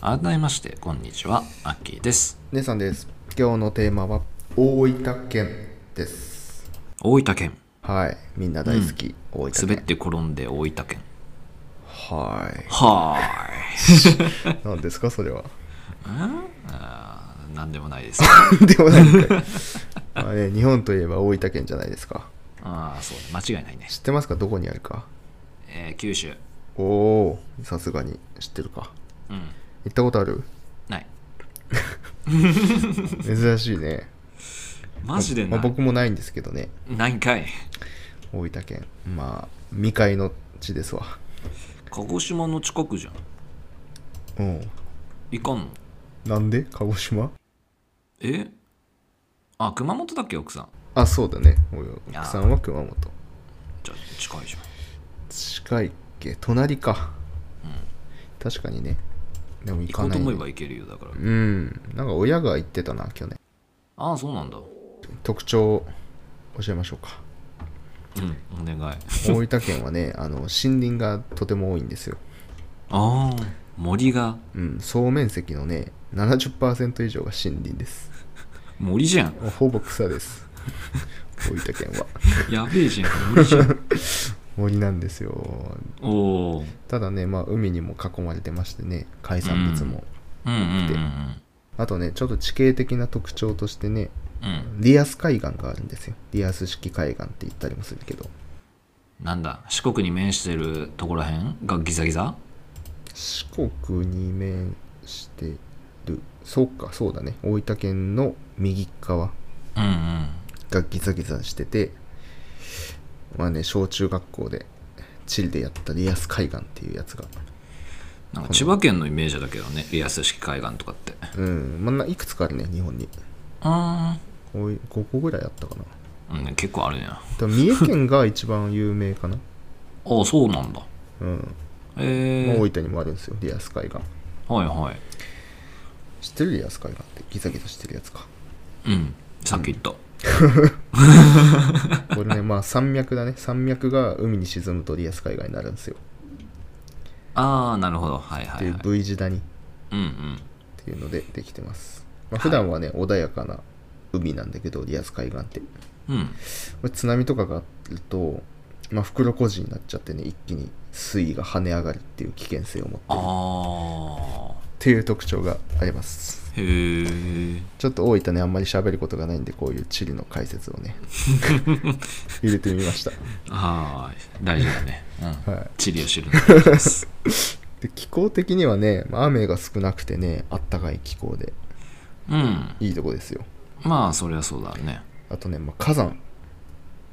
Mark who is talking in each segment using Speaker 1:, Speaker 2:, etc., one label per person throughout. Speaker 1: 改めましてこんにちはアッキーです
Speaker 2: 姉さんです。今日のテーマは大分県です。
Speaker 1: 大分県
Speaker 2: はい、みんな大好き、大分
Speaker 1: 滑っ
Speaker 2: 県。
Speaker 1: て転んで大分県
Speaker 2: は
Speaker 1: は
Speaker 2: ーい。何ですかそれは。
Speaker 1: ーいなんでもないです
Speaker 2: でもなんか、あれ日本といえば大分県じゃないですか。
Speaker 1: ああそうね間違いないね、
Speaker 2: 知ってますかどこにあるか。
Speaker 1: えー、九州
Speaker 2: おおー、さすがに知ってるか。
Speaker 1: うん
Speaker 2: 行ったことある
Speaker 1: ない
Speaker 2: 珍しいね。
Speaker 1: マジで
Speaker 2: ま
Speaker 1: な
Speaker 2: あ、
Speaker 1: い、
Speaker 2: 僕もないんですけどね
Speaker 1: ないんかい
Speaker 2: 大分県まあ未開の地ですわ
Speaker 1: 鹿児島の近くじゃん
Speaker 2: うん
Speaker 1: いかんの
Speaker 2: なんで鹿児島
Speaker 1: えあ熊本だっけ奥さん
Speaker 2: あそうだねおい
Speaker 1: や
Speaker 2: 奥さんは熊本
Speaker 1: じゃあ近いじゃん
Speaker 2: 近いっけ隣か、確かにねでも行
Speaker 1: 行
Speaker 2: か
Speaker 1: こう
Speaker 2: な
Speaker 1: と
Speaker 2: い
Speaker 1: 思えば行けるよだから
Speaker 2: うんなんか親が行ってたな去年
Speaker 1: ああそうなんだ
Speaker 2: 特徴教えましょう か
Speaker 1: うんお願いあ
Speaker 2: 大分県はねあの森林がとても多いんですよ
Speaker 1: あ森が
Speaker 2: うん総面積のね70%以上が森林です
Speaker 1: 森じゃん
Speaker 2: ほぼ草です大分県は
Speaker 1: やべえじゃん森じゃん
Speaker 2: 森なんですよ
Speaker 1: おお
Speaker 2: ただね、まあ、海にも囲まれてましてね海産物も、
Speaker 1: うんうんうん
Speaker 2: あとねちょっと地形的な特徴としてね
Speaker 1: うんうん
Speaker 2: リアス海岸があるんですよリアス式海岸って言ったりもするけど
Speaker 1: なんだ四国に面してるところらへんがギザギザ
Speaker 2: 四国に面してるそうかそうだね大分県の右側
Speaker 1: うんうん
Speaker 2: がギザギザしててまあね小中学校で地理でやったリアス海岸っていうやつが
Speaker 1: なんか千葉県のイメージだけどねリアス式海岸とかって
Speaker 2: うんまあないくつかあるね日本に
Speaker 1: あ
Speaker 2: おい5個ぐらいあったかな
Speaker 1: あ、うん、結構あるねあ
Speaker 2: 多分三重県が一番有名かな
Speaker 1: あそうなんだ
Speaker 2: うん、
Speaker 1: え
Speaker 2: まあ
Speaker 1: え
Speaker 2: 大分にもあるんですよリアス海岸
Speaker 1: はいはい
Speaker 2: 知ってるリアス海岸ってギザギザしてるやつか
Speaker 1: うんさっき言った、
Speaker 2: これねまあ山脈だね山脈が海に沈むとリアス海岸になるんですよ
Speaker 1: ああなるほどはい
Speaker 2: っ
Speaker 1: は
Speaker 2: て
Speaker 1: い、
Speaker 2: い
Speaker 1: は
Speaker 2: う
Speaker 1: い、
Speaker 2: V 字谷っ
Speaker 1: うんうん
Speaker 2: ていうのでできてます、まあ、普段はね穏やかな海なんだけどリアス海岸ってこ
Speaker 1: うん
Speaker 2: れ津波とかがあるとまあ袋小路になっちゃってね一気に水位が跳ね上がるっていう危険性を持ってるっ
Speaker 1: あ
Speaker 2: ていう特徴があります
Speaker 1: あへえ
Speaker 2: ちょっと大分ねあんまり喋ることがないんでこういう地理の解説を ね入れてみました
Speaker 1: はーい大事だね、うん
Speaker 2: はい
Speaker 1: 地理を知るの大事 です
Speaker 2: で気候的にはねまあ雨が少なくてねあったかい気候で
Speaker 1: うん
Speaker 2: いいとこですよ
Speaker 1: まあそりゃそうだね
Speaker 2: あとね、まあ、火山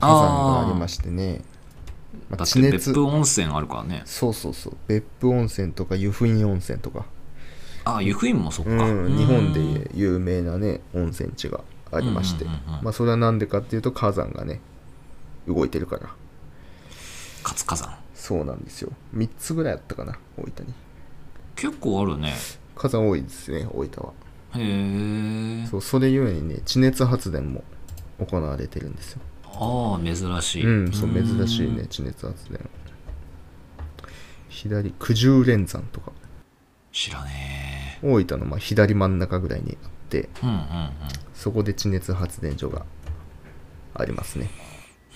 Speaker 2: 火山
Speaker 1: あ
Speaker 2: がありま
Speaker 1: し
Speaker 2: してねまあ、
Speaker 1: だっ
Speaker 2: 地
Speaker 1: て別
Speaker 2: 熱
Speaker 1: 府温泉あるからね
Speaker 2: そうそうそう別府温泉とか湯布院温泉とか、
Speaker 1: ああ湯布院もそっか、
Speaker 2: うん、日本で有名なね温泉地がありまして、
Speaker 1: うんうんうんうん
Speaker 2: まあ、それは何でかっていうと火山がね動いてるから
Speaker 1: 活火山
Speaker 2: そうなんですよ3つぐらいあったかな大分に
Speaker 1: 結構あるね
Speaker 2: 火山多いですね大分は
Speaker 1: へえ
Speaker 2: そうそれゆえにね地熱発電も行われてるんですよ
Speaker 1: ああ珍しい
Speaker 2: うん、そう、珍しいね、地熱発電。左、九十連山とか、
Speaker 1: 知らね
Speaker 2: 大分のまあ左真ん中ぐらいにあって、
Speaker 1: えうんうん
Speaker 2: そこで地熱発電所がありますね。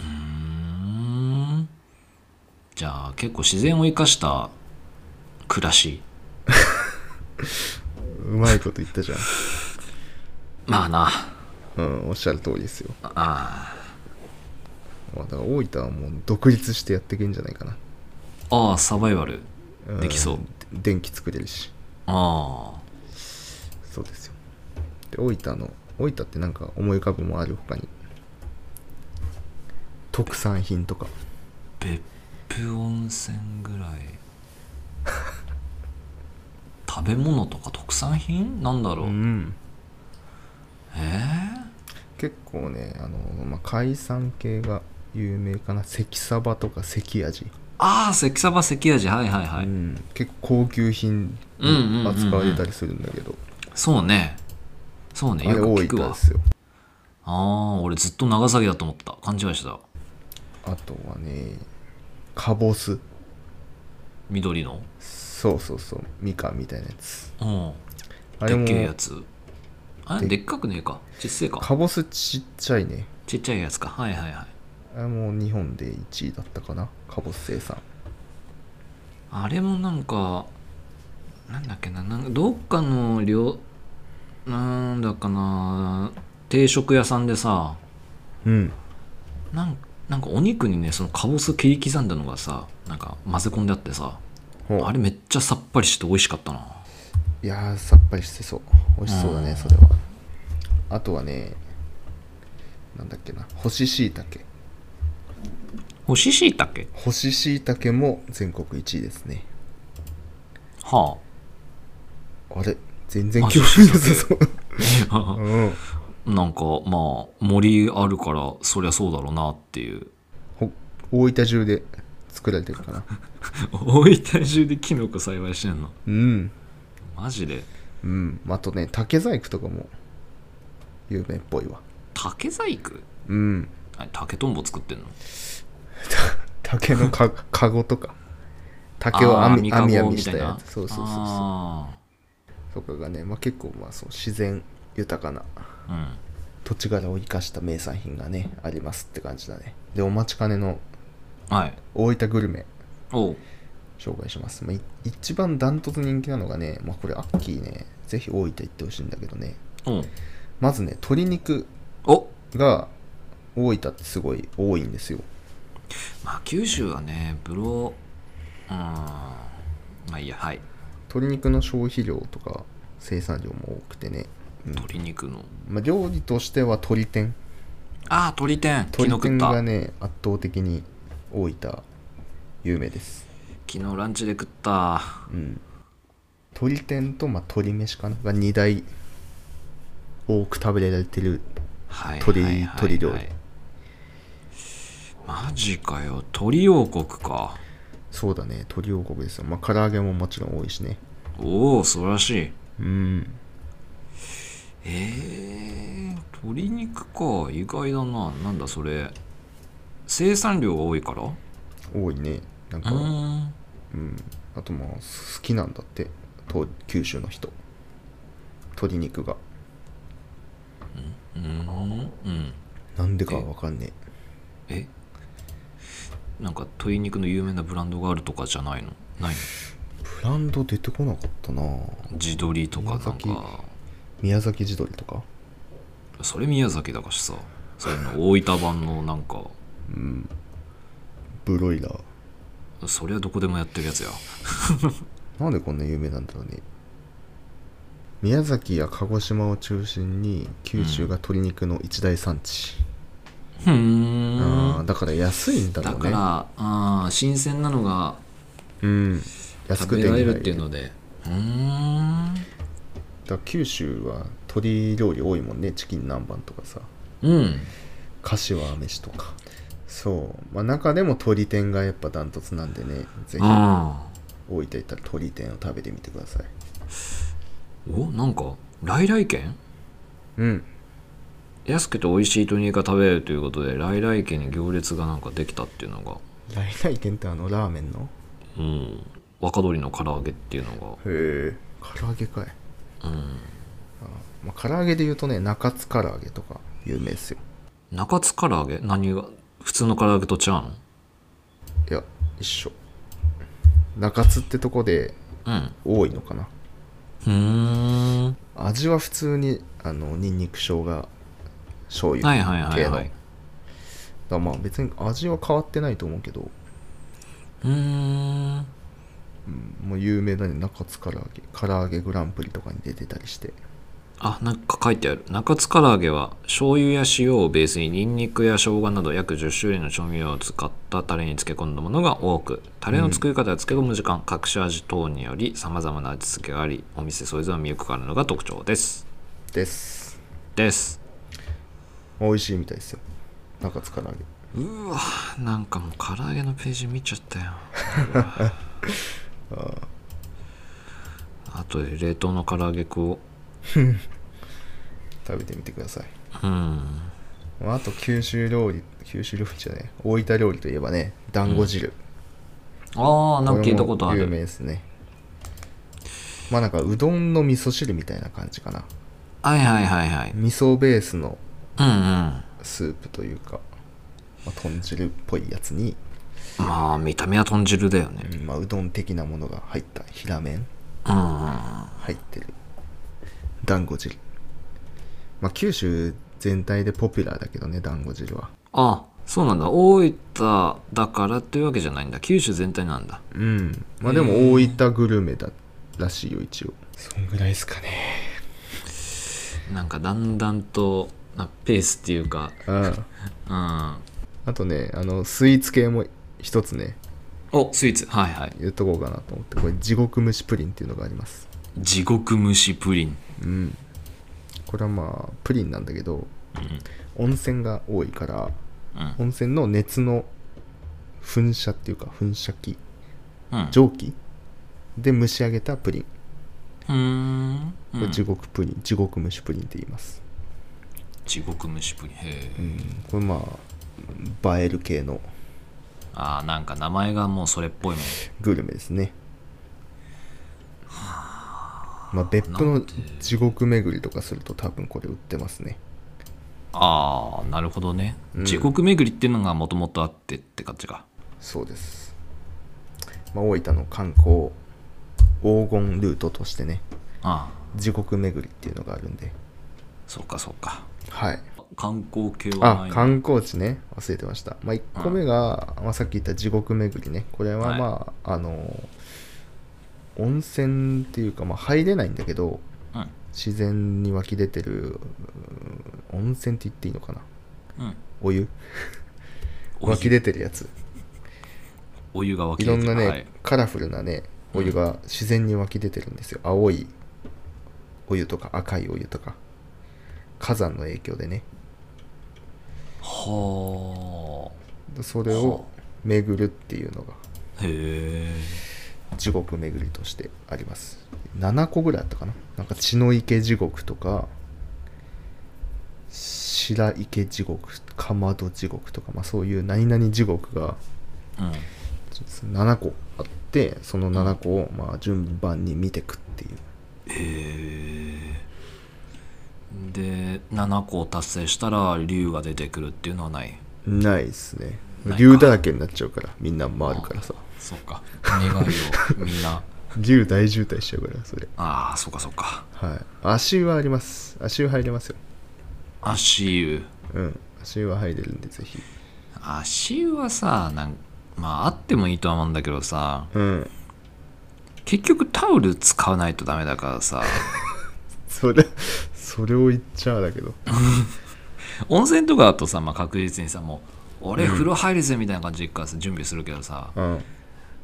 Speaker 1: うんうーんじゃあ結構自然を生かした暮らし
Speaker 2: うまいこと言ったじゃん。
Speaker 1: まあな
Speaker 2: うん、おっしゃる通りですよ。
Speaker 1: ああ
Speaker 2: まあ、だから大分はもう独立してやっていけんじゃないかな。
Speaker 1: ああサバイバル
Speaker 2: ん
Speaker 1: できそう
Speaker 2: 電気作れるし。
Speaker 1: ああ
Speaker 2: そうですよ。で、大分の、大分ってなんか思い浮かぶもんある他に。特産品とか。
Speaker 1: 別府温泉ぐ らい食べ物とか特産品なんだろう、
Speaker 3: うん
Speaker 1: えー
Speaker 2: 結構ねあの、まあ、海産系が有名かな関サバとか関アジ、
Speaker 1: ああ関サバ関味はいはいはい、
Speaker 2: うん、結構高級品
Speaker 1: うんうんうんうん
Speaker 2: に扱われたりするんだけど、
Speaker 1: そうねそうねよく
Speaker 2: あれ
Speaker 1: 聞く
Speaker 2: 大分
Speaker 1: わ
Speaker 2: ですよ
Speaker 1: ああ俺ずっと長崎だと思った勘違いしてた
Speaker 2: あとはねカボス
Speaker 1: 緑の
Speaker 2: そうそうそうみかんみたいなやつ
Speaker 1: うん
Speaker 2: あ
Speaker 1: で
Speaker 2: れ
Speaker 1: っ
Speaker 2: も
Speaker 1: けえやつあれ
Speaker 2: で
Speaker 1: でっかくねえかちっせえか
Speaker 2: カボスちっちゃいね
Speaker 1: ちっちゃいやつかはいはいはい
Speaker 2: あれも日本で1位だったかなカボス生産
Speaker 1: あれもなんかなんだっけななんかどっかの料なんだかな定食屋さんでさ
Speaker 2: うん
Speaker 1: なんなんかお肉にねそのカボス切り刻んだのがさなんか混ぜ込んであってさ
Speaker 2: ほう
Speaker 1: あれめっちゃさっぱりして美味しかったない
Speaker 2: やーさっぱりしてそう美味しそうだね、
Speaker 1: うん
Speaker 2: それはあとはねなんだっけな干し椎茸
Speaker 1: 干し椎茸
Speaker 2: 干し椎茸も全国1位ですね
Speaker 1: は
Speaker 2: あれ全然興味なさそう、
Speaker 1: あ
Speaker 2: うん、
Speaker 1: なんかまあ森あるからそりゃそうだろうなっていう
Speaker 2: ほ大分中で作られてるかな
Speaker 1: 大分中でキノコ栽培してんの
Speaker 2: うん
Speaker 1: マジで
Speaker 2: うんあとね竹細工とかも有名っぽいわ
Speaker 1: 竹細工
Speaker 2: うん
Speaker 1: あれ竹とんぼ作ってんの
Speaker 2: 竹の かかごとか竹を網
Speaker 1: あー
Speaker 2: 網
Speaker 1: 三
Speaker 2: や
Speaker 1: 籠
Speaker 2: み
Speaker 1: み
Speaker 2: したた
Speaker 1: いな
Speaker 2: やつそうそうそうそ
Speaker 1: あ
Speaker 2: うとかがね、まあ、結構まあそう自然豊かな
Speaker 1: ーうん
Speaker 2: 土地柄を生かした名産品がねありますって感じだねでお待ちかねの
Speaker 1: はい
Speaker 2: 大分グルメ
Speaker 1: おう
Speaker 2: 紹介します、まあ、い一番ダントツ人気なのがね、まあ、これアッキーねぜひ大分行ってほしいんだけどね
Speaker 1: おう
Speaker 2: まずね鶏肉
Speaker 1: お
Speaker 2: が大分ってすごい多いんですよ
Speaker 1: まあ九州はねブロうーんまあいいやはい
Speaker 2: 鶏肉の消費量とか生産量も多くてね、うん
Speaker 1: 鶏肉の
Speaker 2: まあ、料理としては鶏天
Speaker 1: ああ鶏天昨日食
Speaker 2: 鶏天
Speaker 1: った
Speaker 2: がね圧倒的に大分有名です
Speaker 1: 昨日ランチで食った
Speaker 2: うん鶏天と、まあ、鶏飯かなが2大多く食べられてる
Speaker 1: はい
Speaker 2: 鳥
Speaker 1: はいはいはい
Speaker 2: 鳥料理
Speaker 1: マジかよ鳥王国か
Speaker 2: そうだね鶏王国ですよまあ唐揚げももちろん多いしね
Speaker 1: おお素晴らしい
Speaker 2: うん
Speaker 1: えー、鶏肉か意外だななんだそれ生産量が多いから
Speaker 2: 多いねなんか
Speaker 1: うーん
Speaker 2: うんあとまあ好きなんだってと九州の人鶏肉が
Speaker 1: うーんうん
Speaker 2: なんでかはわかんね
Speaker 1: えなんか鶏肉の有名なブランドがあるとかじゃないのない
Speaker 2: えブランド出てこなかったな
Speaker 1: の地鶏とかなん
Speaker 2: 宮
Speaker 1: か
Speaker 2: 宮崎地鶏とか
Speaker 1: それ宮崎だからしさそれの大分版のなんか
Speaker 2: うんブロイラー
Speaker 1: それはどこでもやってるやつや
Speaker 2: なんでこんな有名なんだろうね宮崎や鹿児島を中心に九州が鶏肉の一大産地、
Speaker 1: ふー
Speaker 2: あ
Speaker 1: ん
Speaker 2: ーだから安いんだろう
Speaker 1: だ
Speaker 2: ね
Speaker 1: から、あー新鮮なのが
Speaker 2: うん安
Speaker 1: 食
Speaker 2: く
Speaker 1: べ
Speaker 2: 手に
Speaker 1: られ
Speaker 2: 入る
Speaker 1: るっていうのでうーん
Speaker 2: だから九州は鶏料理多いもんねチキン南蛮とかさ
Speaker 1: うん
Speaker 2: 柏飯とかそう、まあ、中でも鶏天がやっぱダントツなんでねぜひ
Speaker 1: あ
Speaker 2: 大分行ったら鶏天を食べてみてください
Speaker 1: ーおなんか来来軒
Speaker 2: うん
Speaker 1: 安くて美味しい鶏肉が食べれるということで来来軒に行列がなんかできたっていうのが
Speaker 2: 来来軒ってあのラーメンの
Speaker 1: うん若鶏の唐揚げっていうの
Speaker 2: へえ唐揚げかい
Speaker 1: がうん
Speaker 2: まあ、唐揚げで言うとね中津唐揚げとか有名ですよ
Speaker 1: 中津唐揚げ何が普通の唐揚げと違うの
Speaker 2: いや一緒中津ってとこで
Speaker 1: うん
Speaker 2: 多いのかな
Speaker 1: うーん
Speaker 2: 味は普通にあのニンニク生姜醤油
Speaker 1: はいはいはい
Speaker 2: 系の
Speaker 1: は
Speaker 2: だか
Speaker 1: い
Speaker 2: らまあ別に味は変わってないと思うけど、
Speaker 1: うーん
Speaker 2: うんもう有名だね中津唐揚げ唐揚げグランプリとかに出てたりして
Speaker 1: あなんか書いてある中津唐揚げは醤油や塩をベースにニンニクや生姜など約10種類の調味料を使ったタレに漬け込んだものが多くタレの作り方や漬け込む時間、隠し味等によりさまざまな味付けがありお店それぞれの魅力があるのが特徴です
Speaker 2: です
Speaker 1: です
Speaker 2: 美味しいみたいですよ中津唐揚げ
Speaker 1: うわなんかもう唐揚げのページ見ちゃった よあとで冷凍の唐揚げ粉を
Speaker 2: 食べてみてください
Speaker 1: うん
Speaker 2: まああと九州料理九州料理じゃない大分料理といえばね団子汁、
Speaker 1: ああなんか聞いたことあ
Speaker 2: れも有名
Speaker 1: る
Speaker 2: ですねまあなんかうどんの味噌汁みたいな感じかな
Speaker 1: はいはいはいはい
Speaker 2: 味噌ベースの
Speaker 1: うんうん
Speaker 2: スープというか、まあ、豚汁っぽいやつに、
Speaker 1: まあ見た目は豚汁だよね
Speaker 2: うんまあ、うどん的なものが入った平麺
Speaker 1: うんうんうん
Speaker 2: 入ってる団子汁まあ九州全体でポピュラーだけどね団子汁は
Speaker 1: あそうなんだ大分だからっていうわけじゃないんだ九州全体なんだ
Speaker 2: うんまあでも大分グルメだらしいよ一応そんぐらいですかね
Speaker 1: なんかだんだんとなペースっていうか
Speaker 2: うん
Speaker 1: うん
Speaker 2: あとねあのスイーツ系も一つね
Speaker 1: おスイーツはいはい
Speaker 2: 言っとこうかなと思ってこれ地獄蒸しプリンっていうのがあります
Speaker 1: 地獄蒸しプリン
Speaker 2: うんこれはまあプリンなんだけど温泉が多いから
Speaker 1: うん
Speaker 2: 温泉の熱の噴射っていうか噴射器
Speaker 1: うんうん
Speaker 2: 蒸気で蒸し上げたプリン
Speaker 1: うーんう
Speaker 2: これ
Speaker 1: ん
Speaker 2: 地獄プリン、地獄蒸しプリンって言います、
Speaker 1: 地獄蒸しプリンへ
Speaker 2: う
Speaker 1: え
Speaker 2: ん、これまあ映える系の
Speaker 1: あーなんか名前がもうそれっぽいもん
Speaker 2: グルメですねまあ別府
Speaker 1: な
Speaker 2: の
Speaker 1: んて
Speaker 2: 地獄巡りとかすると多分これ売ってますね
Speaker 1: ああなるほどね、
Speaker 2: うん
Speaker 1: 地獄巡りっていうのがもともとあってって感じか
Speaker 2: そうです、まあ、大分の観光黄金ルートとしてね
Speaker 1: ああ
Speaker 2: 地獄巡りっていうのがあるんで
Speaker 1: そうかそうか
Speaker 2: はい
Speaker 1: 観光系はな
Speaker 2: あ
Speaker 1: い
Speaker 2: 観光地ね忘れてました、まあ、1個目が、まあ、さっき言った地獄巡りねこれはまあ、あのー温泉っていうか、まあ、入れないんだけど
Speaker 1: うん
Speaker 2: 自然に湧き出てるうん温泉って言っていいのかな
Speaker 1: うん
Speaker 2: お湯
Speaker 1: お
Speaker 2: 湧き
Speaker 1: 湯
Speaker 2: 出てるやつ
Speaker 1: お湯が湧き
Speaker 2: い
Speaker 1: 出
Speaker 2: ろ
Speaker 1: て
Speaker 2: んなね、
Speaker 1: はい
Speaker 2: カラフルなねお湯が自然に湧き出てるんですよ、青いお湯とか赤いお湯とか火山の影響でね
Speaker 1: は
Speaker 2: それ
Speaker 1: は
Speaker 2: を巡るっていうのが
Speaker 1: あへえ
Speaker 2: 地獄巡りとしてあります7個ぐらいあったかななんか血の池地獄とか白池地獄かまど地獄とか、まあ、そういう何々地獄が
Speaker 1: うん
Speaker 2: 7個あってその7個をまあ順番に見てくっていう
Speaker 1: へえで7個を達成したら竜が出てくるっていうのはない
Speaker 2: ないっすね
Speaker 1: ないか
Speaker 2: 竜だらけになっちゃうからみんな回る からさ
Speaker 1: そうか願いをみん な
Speaker 2: 竜大渋滞しちゃうからそれ
Speaker 1: ああそうかそうか
Speaker 2: はい足湯はあります足湯入れますよ
Speaker 1: 足湯
Speaker 2: うん足湯は入れるんでぜひ
Speaker 1: 足湯はさなんまああってもいいとは思うんだけどさ
Speaker 2: うん
Speaker 1: 結局タオル使わないとダメだからさ
Speaker 2: それ それを言っちゃあだけど
Speaker 1: 温泉とかだとさ、まあ、確実にさもう俺風呂入るぜみたいな感じで行くからさ準備するけどさ、
Speaker 2: うん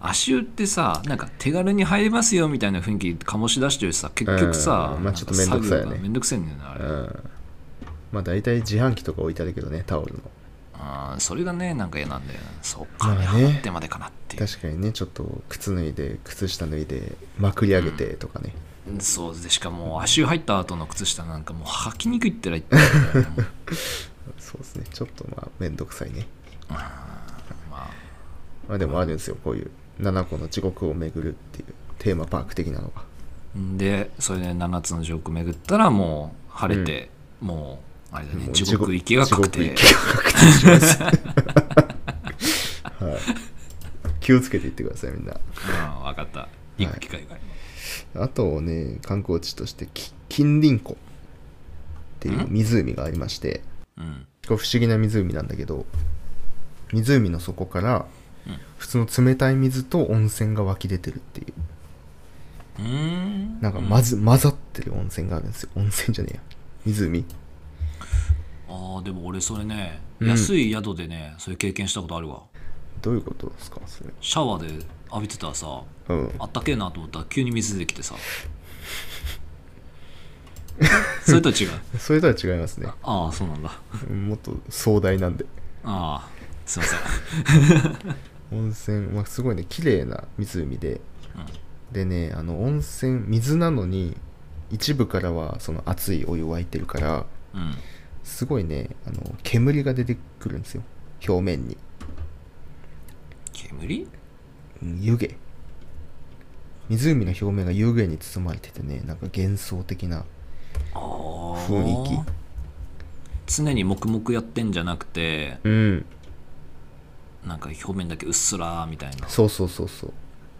Speaker 1: 足湯ってさなんか手軽に入れますよみたいな雰囲気醸し出してるしさ結局さ、
Speaker 2: うんまあちょっとめんどくさいよ
Speaker 1: なんか作業
Speaker 2: ね
Speaker 1: がめんどくせえんだよねあれ、
Speaker 2: うんまあ大体自販機とか置いてあるけどねタオルの
Speaker 1: あーそれがねなんか嫌なんだよねそうか、
Speaker 2: まあね
Speaker 1: 払ってまでかなっていう
Speaker 2: 確かにねちょっと靴脱いで靴下脱いでまくり上げてとかね、
Speaker 1: そうでしかも足湯入った後の靴下なんかもう履きにくいってら言ってたよねもう
Speaker 2: そうですねちょっとまあめんどくさいね
Speaker 1: ま
Speaker 2: まあでもあるんですよこういう7個の地獄を巡るっていうテーマパーク的なの
Speaker 1: あ
Speaker 2: が
Speaker 1: でそれで7つの地獄巡ったらもう晴れて、もうあれだね
Speaker 2: もう
Speaker 1: 地獄行きが確定
Speaker 2: 地獄行きが確定しますはい気をつけていってくださいみんな
Speaker 1: うん分かった行く機会があります、
Speaker 2: あとね観光地としてき金鱗湖っていう湖がありまして
Speaker 1: うん
Speaker 2: これ不思議な湖なんだけど湖の底から
Speaker 1: うん
Speaker 2: 普通の冷たい水と温泉が湧き出てるっていう
Speaker 1: うーん
Speaker 2: なんか混,、ず混ざってってる温泉があるんですよ温泉じゃねえや湖
Speaker 1: ああでも俺それね、
Speaker 2: うん
Speaker 1: 安い宿でねそれ経験したことあるわ
Speaker 2: どういうことですかそれ
Speaker 1: シャワーで浴びてたらさ
Speaker 2: うん
Speaker 1: あったけえなと思ったら急に水出てきてさ それとは違う
Speaker 2: それとは違いますね
Speaker 1: ああそうなんだ
Speaker 2: もっと壮大なんで
Speaker 1: ああすいません
Speaker 2: 温泉、まあ、すごいね綺麗な湖で
Speaker 1: うん
Speaker 2: でねあの温泉水なのに一部からはその熱いお湯沸いてるから
Speaker 1: うん
Speaker 2: すごいねあの煙が出てくるんですよ表面に
Speaker 1: 煙
Speaker 2: うん湯気湖の表面が湯気に包まれててねなんか幻想的な
Speaker 1: ああ
Speaker 2: 雰囲
Speaker 1: 常に黙々やってんじゃなくて
Speaker 2: 気うん
Speaker 1: なんか表面だけうっすらみたいなへ
Speaker 2: そうそうそうそう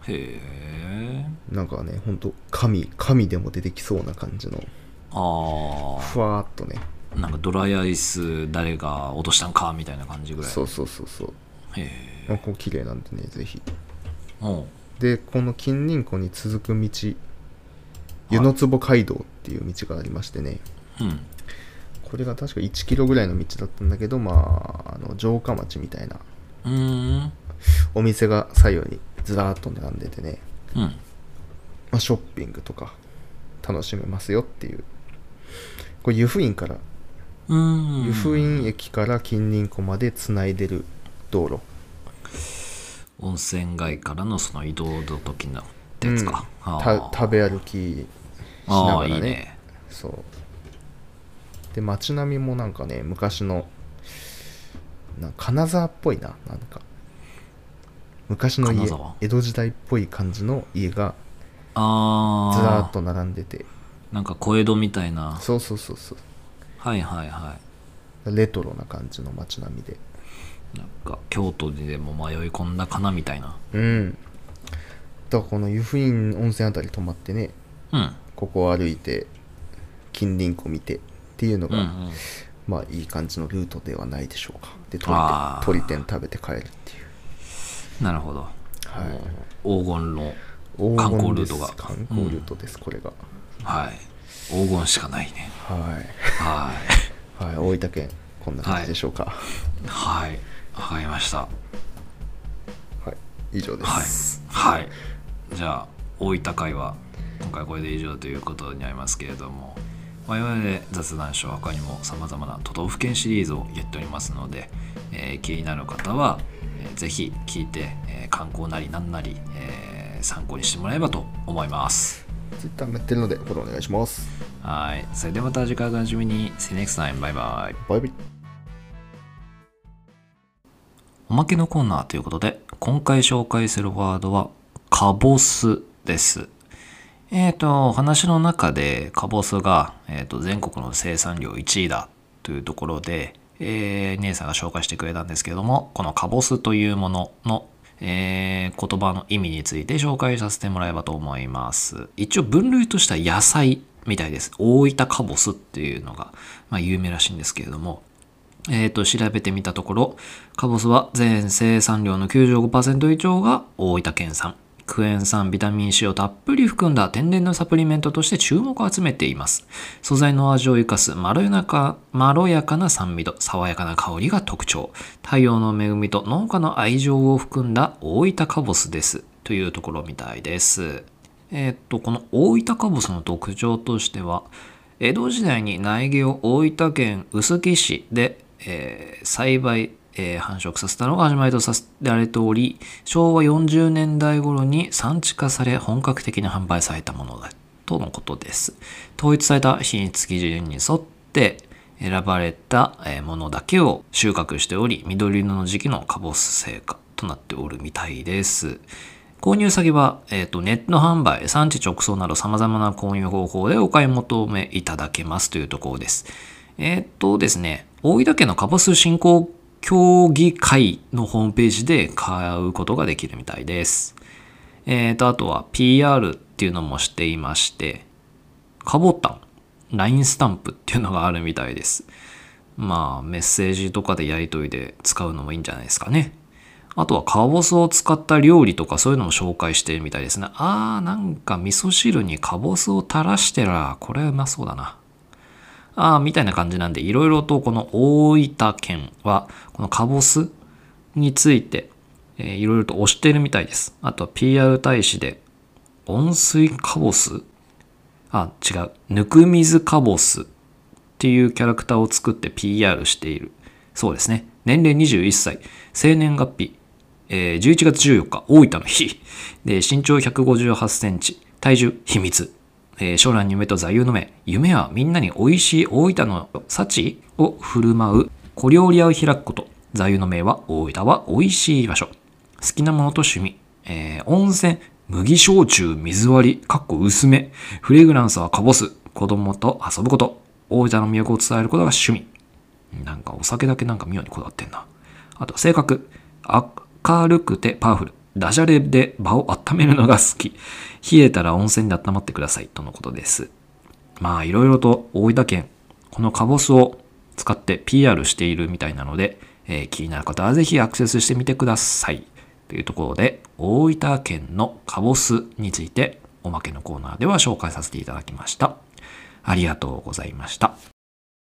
Speaker 1: え
Speaker 2: なんかねほんと神神でも出てきそうな感じの
Speaker 1: あ
Speaker 2: ふわーっとね
Speaker 1: あなんかドライアイス誰が落としたんかみたいな感じぐらい
Speaker 2: そうそうそうそう
Speaker 1: へえ
Speaker 2: まあこう綺麗なんでねぜひ
Speaker 1: おう
Speaker 2: でこの金輪湖に続く道湯の坪街道っていう道がありましてね、
Speaker 1: うん
Speaker 2: これが確か1キロぐらいの道だったんだけどまああの城下町みたいな
Speaker 1: うーん
Speaker 2: お店が左右にずらーっと並んでてね、
Speaker 1: うん
Speaker 2: まあ、ショッピングとか楽しめますよっていうこれ湯布院から
Speaker 1: うーん
Speaker 2: 湯布院駅から金輪湖までつないでる道路
Speaker 1: 温泉街からのその移動の時のってやつか、
Speaker 2: うん
Speaker 1: あ
Speaker 2: た
Speaker 1: あ
Speaker 2: 食べ歩きしな
Speaker 1: ああ
Speaker 2: がら
Speaker 1: いい
Speaker 2: ね
Speaker 1: ね
Speaker 2: そうで街並みもなんかね昔のなんか金沢っぽいななんか昔の
Speaker 1: 金
Speaker 2: 家
Speaker 1: 沢
Speaker 2: 江戸時代っぽい感じの家が
Speaker 1: ああ
Speaker 2: ずらーっと並んでて
Speaker 1: なんか小江戸みたいな
Speaker 2: そうそうそうそう
Speaker 1: はいはいはい
Speaker 2: レトロな感じの街並みで
Speaker 1: なんか京都にでも迷い込んだかなみたいな
Speaker 2: うんだからこの湯布院温泉あたり泊まってね
Speaker 1: うん
Speaker 2: ここを歩いて近隣湖見てっていうの
Speaker 1: う
Speaker 2: が、
Speaker 1: んうん
Speaker 2: まあいい感じのルートではないでしょうかで
Speaker 1: あー
Speaker 2: 鳥天鳥天食べて帰るっていう
Speaker 1: なるほど
Speaker 2: はい
Speaker 1: 黄金の
Speaker 2: 黄
Speaker 1: 観
Speaker 2: 金
Speaker 1: 光ル
Speaker 2: で
Speaker 1: ー
Speaker 2: す
Speaker 1: トが
Speaker 2: 観光ルートです、これが
Speaker 1: はい黄金しかないね
Speaker 2: は、
Speaker 1: はい
Speaker 2: はい、大分県こんな感じでしょうかは
Speaker 1: は
Speaker 2: い
Speaker 1: いわかりました
Speaker 2: い、以上で
Speaker 1: はい
Speaker 2: す、
Speaker 1: はいじゃあ大分会は今回これで以上ということになりますけれども我々で雑談書は他にもさまざまな都道府県シリーズをやっておりますので、えー気になる方は、えーぜひ聞いて、えー観光なりなんなり、えー参考にしてもらえればと思います。
Speaker 2: Twitter もやってるのでフォローお願いします
Speaker 1: はい。それではまた次回お楽しみに。See you next time. バイバイ。
Speaker 2: バイバイ
Speaker 1: おまけのコーナーということで、今回紹介するワードは、カボスです。えっ、と、話の中で、カボスが、えー、と全国の生産量1位だというところで、えー姉さんが紹介してくれたんですけれども、このカボスというものの、えー言葉の意味について紹介させてもらえればと思います。一応分類とした野菜みたいです。大分カボスっていうのが、まあ、有名らしいんですけれども、えー、と調べてみたところカボスは全生産量の95%以上が大分県産クエン酸ビタミン C をたっぷり含んだ天然のサプリメントとして注目を集めています素材の味を生かすまろやかまろやかな酸味と爽やかな香りが特徴太陽の恵みと農家の愛情を含んだ大分カボスですというところみたいですえーっとこの大分かぼすの特徴としては江戸時代に苗木を大分県臼杵市で、えー栽培、えー繁殖させたのが始まりとさせられており昭和40年代頃に産地化され本格的に販売されたものだとのことです統一された品質基準に沿って選ばれたえーものだけを収穫しており緑色の時期のかぼす成果となっておるみたいです購入先は、えーとネット販売、産地直送など様々な購入方法でお買い求めいただけますというところです。えっ、とですね、大分県のカボス振興協議会のホームページで買うことができるみたいです。えっ、と、あとは PR っていうのもしていまして、カボタン、LINE スタンプっていうのがあるみたいです。まあ、メッセージとかでやりとりで使うのもいいんじゃないですかね。あとはカボスを使った料理とかそういうのも紹介してるみたいですね。あー、なんか味噌汁にカボスを垂らしてら、これはうまそうだな。あー、みたいな感じなんで、いろいろとこの大分県は、このカボスについて、えーいろいろと推してるみたいです。あとは PR 大使で、温水カボスあ、違う。ぬくみずカボスっていうキャラクターを作って PR している。そうですね。年齢21歳。生年月日。えー11月14日、大分の日。で、身長158センチ。体重、秘密。えー将来の夢と座右の銘。夢はみんなに美味しい大分の幸を振る舞う。小料理屋を開くこと。座右の銘は大分は美味しい場所。好きなものと趣味。えー温泉、麦焼酎、水割り、かっこ薄め。フレグランスはかぼす。子供と遊ぶこと。大分の魅力を伝えることが趣味。なんかお酒だけなんか妙にこだわってんな。あと性格。明るくてパワフル。ダジャレで場を温めるのが好き。冷えたら温泉で温まってください。とのことです。まあいろいろと大分県、このカボスを使って PR しているみたいなので、えー気になる方はぜひアクセスしてみてください。というところで、大分県のカボスについておまけのコーナーでは紹介させていただきました。ありがとうございました。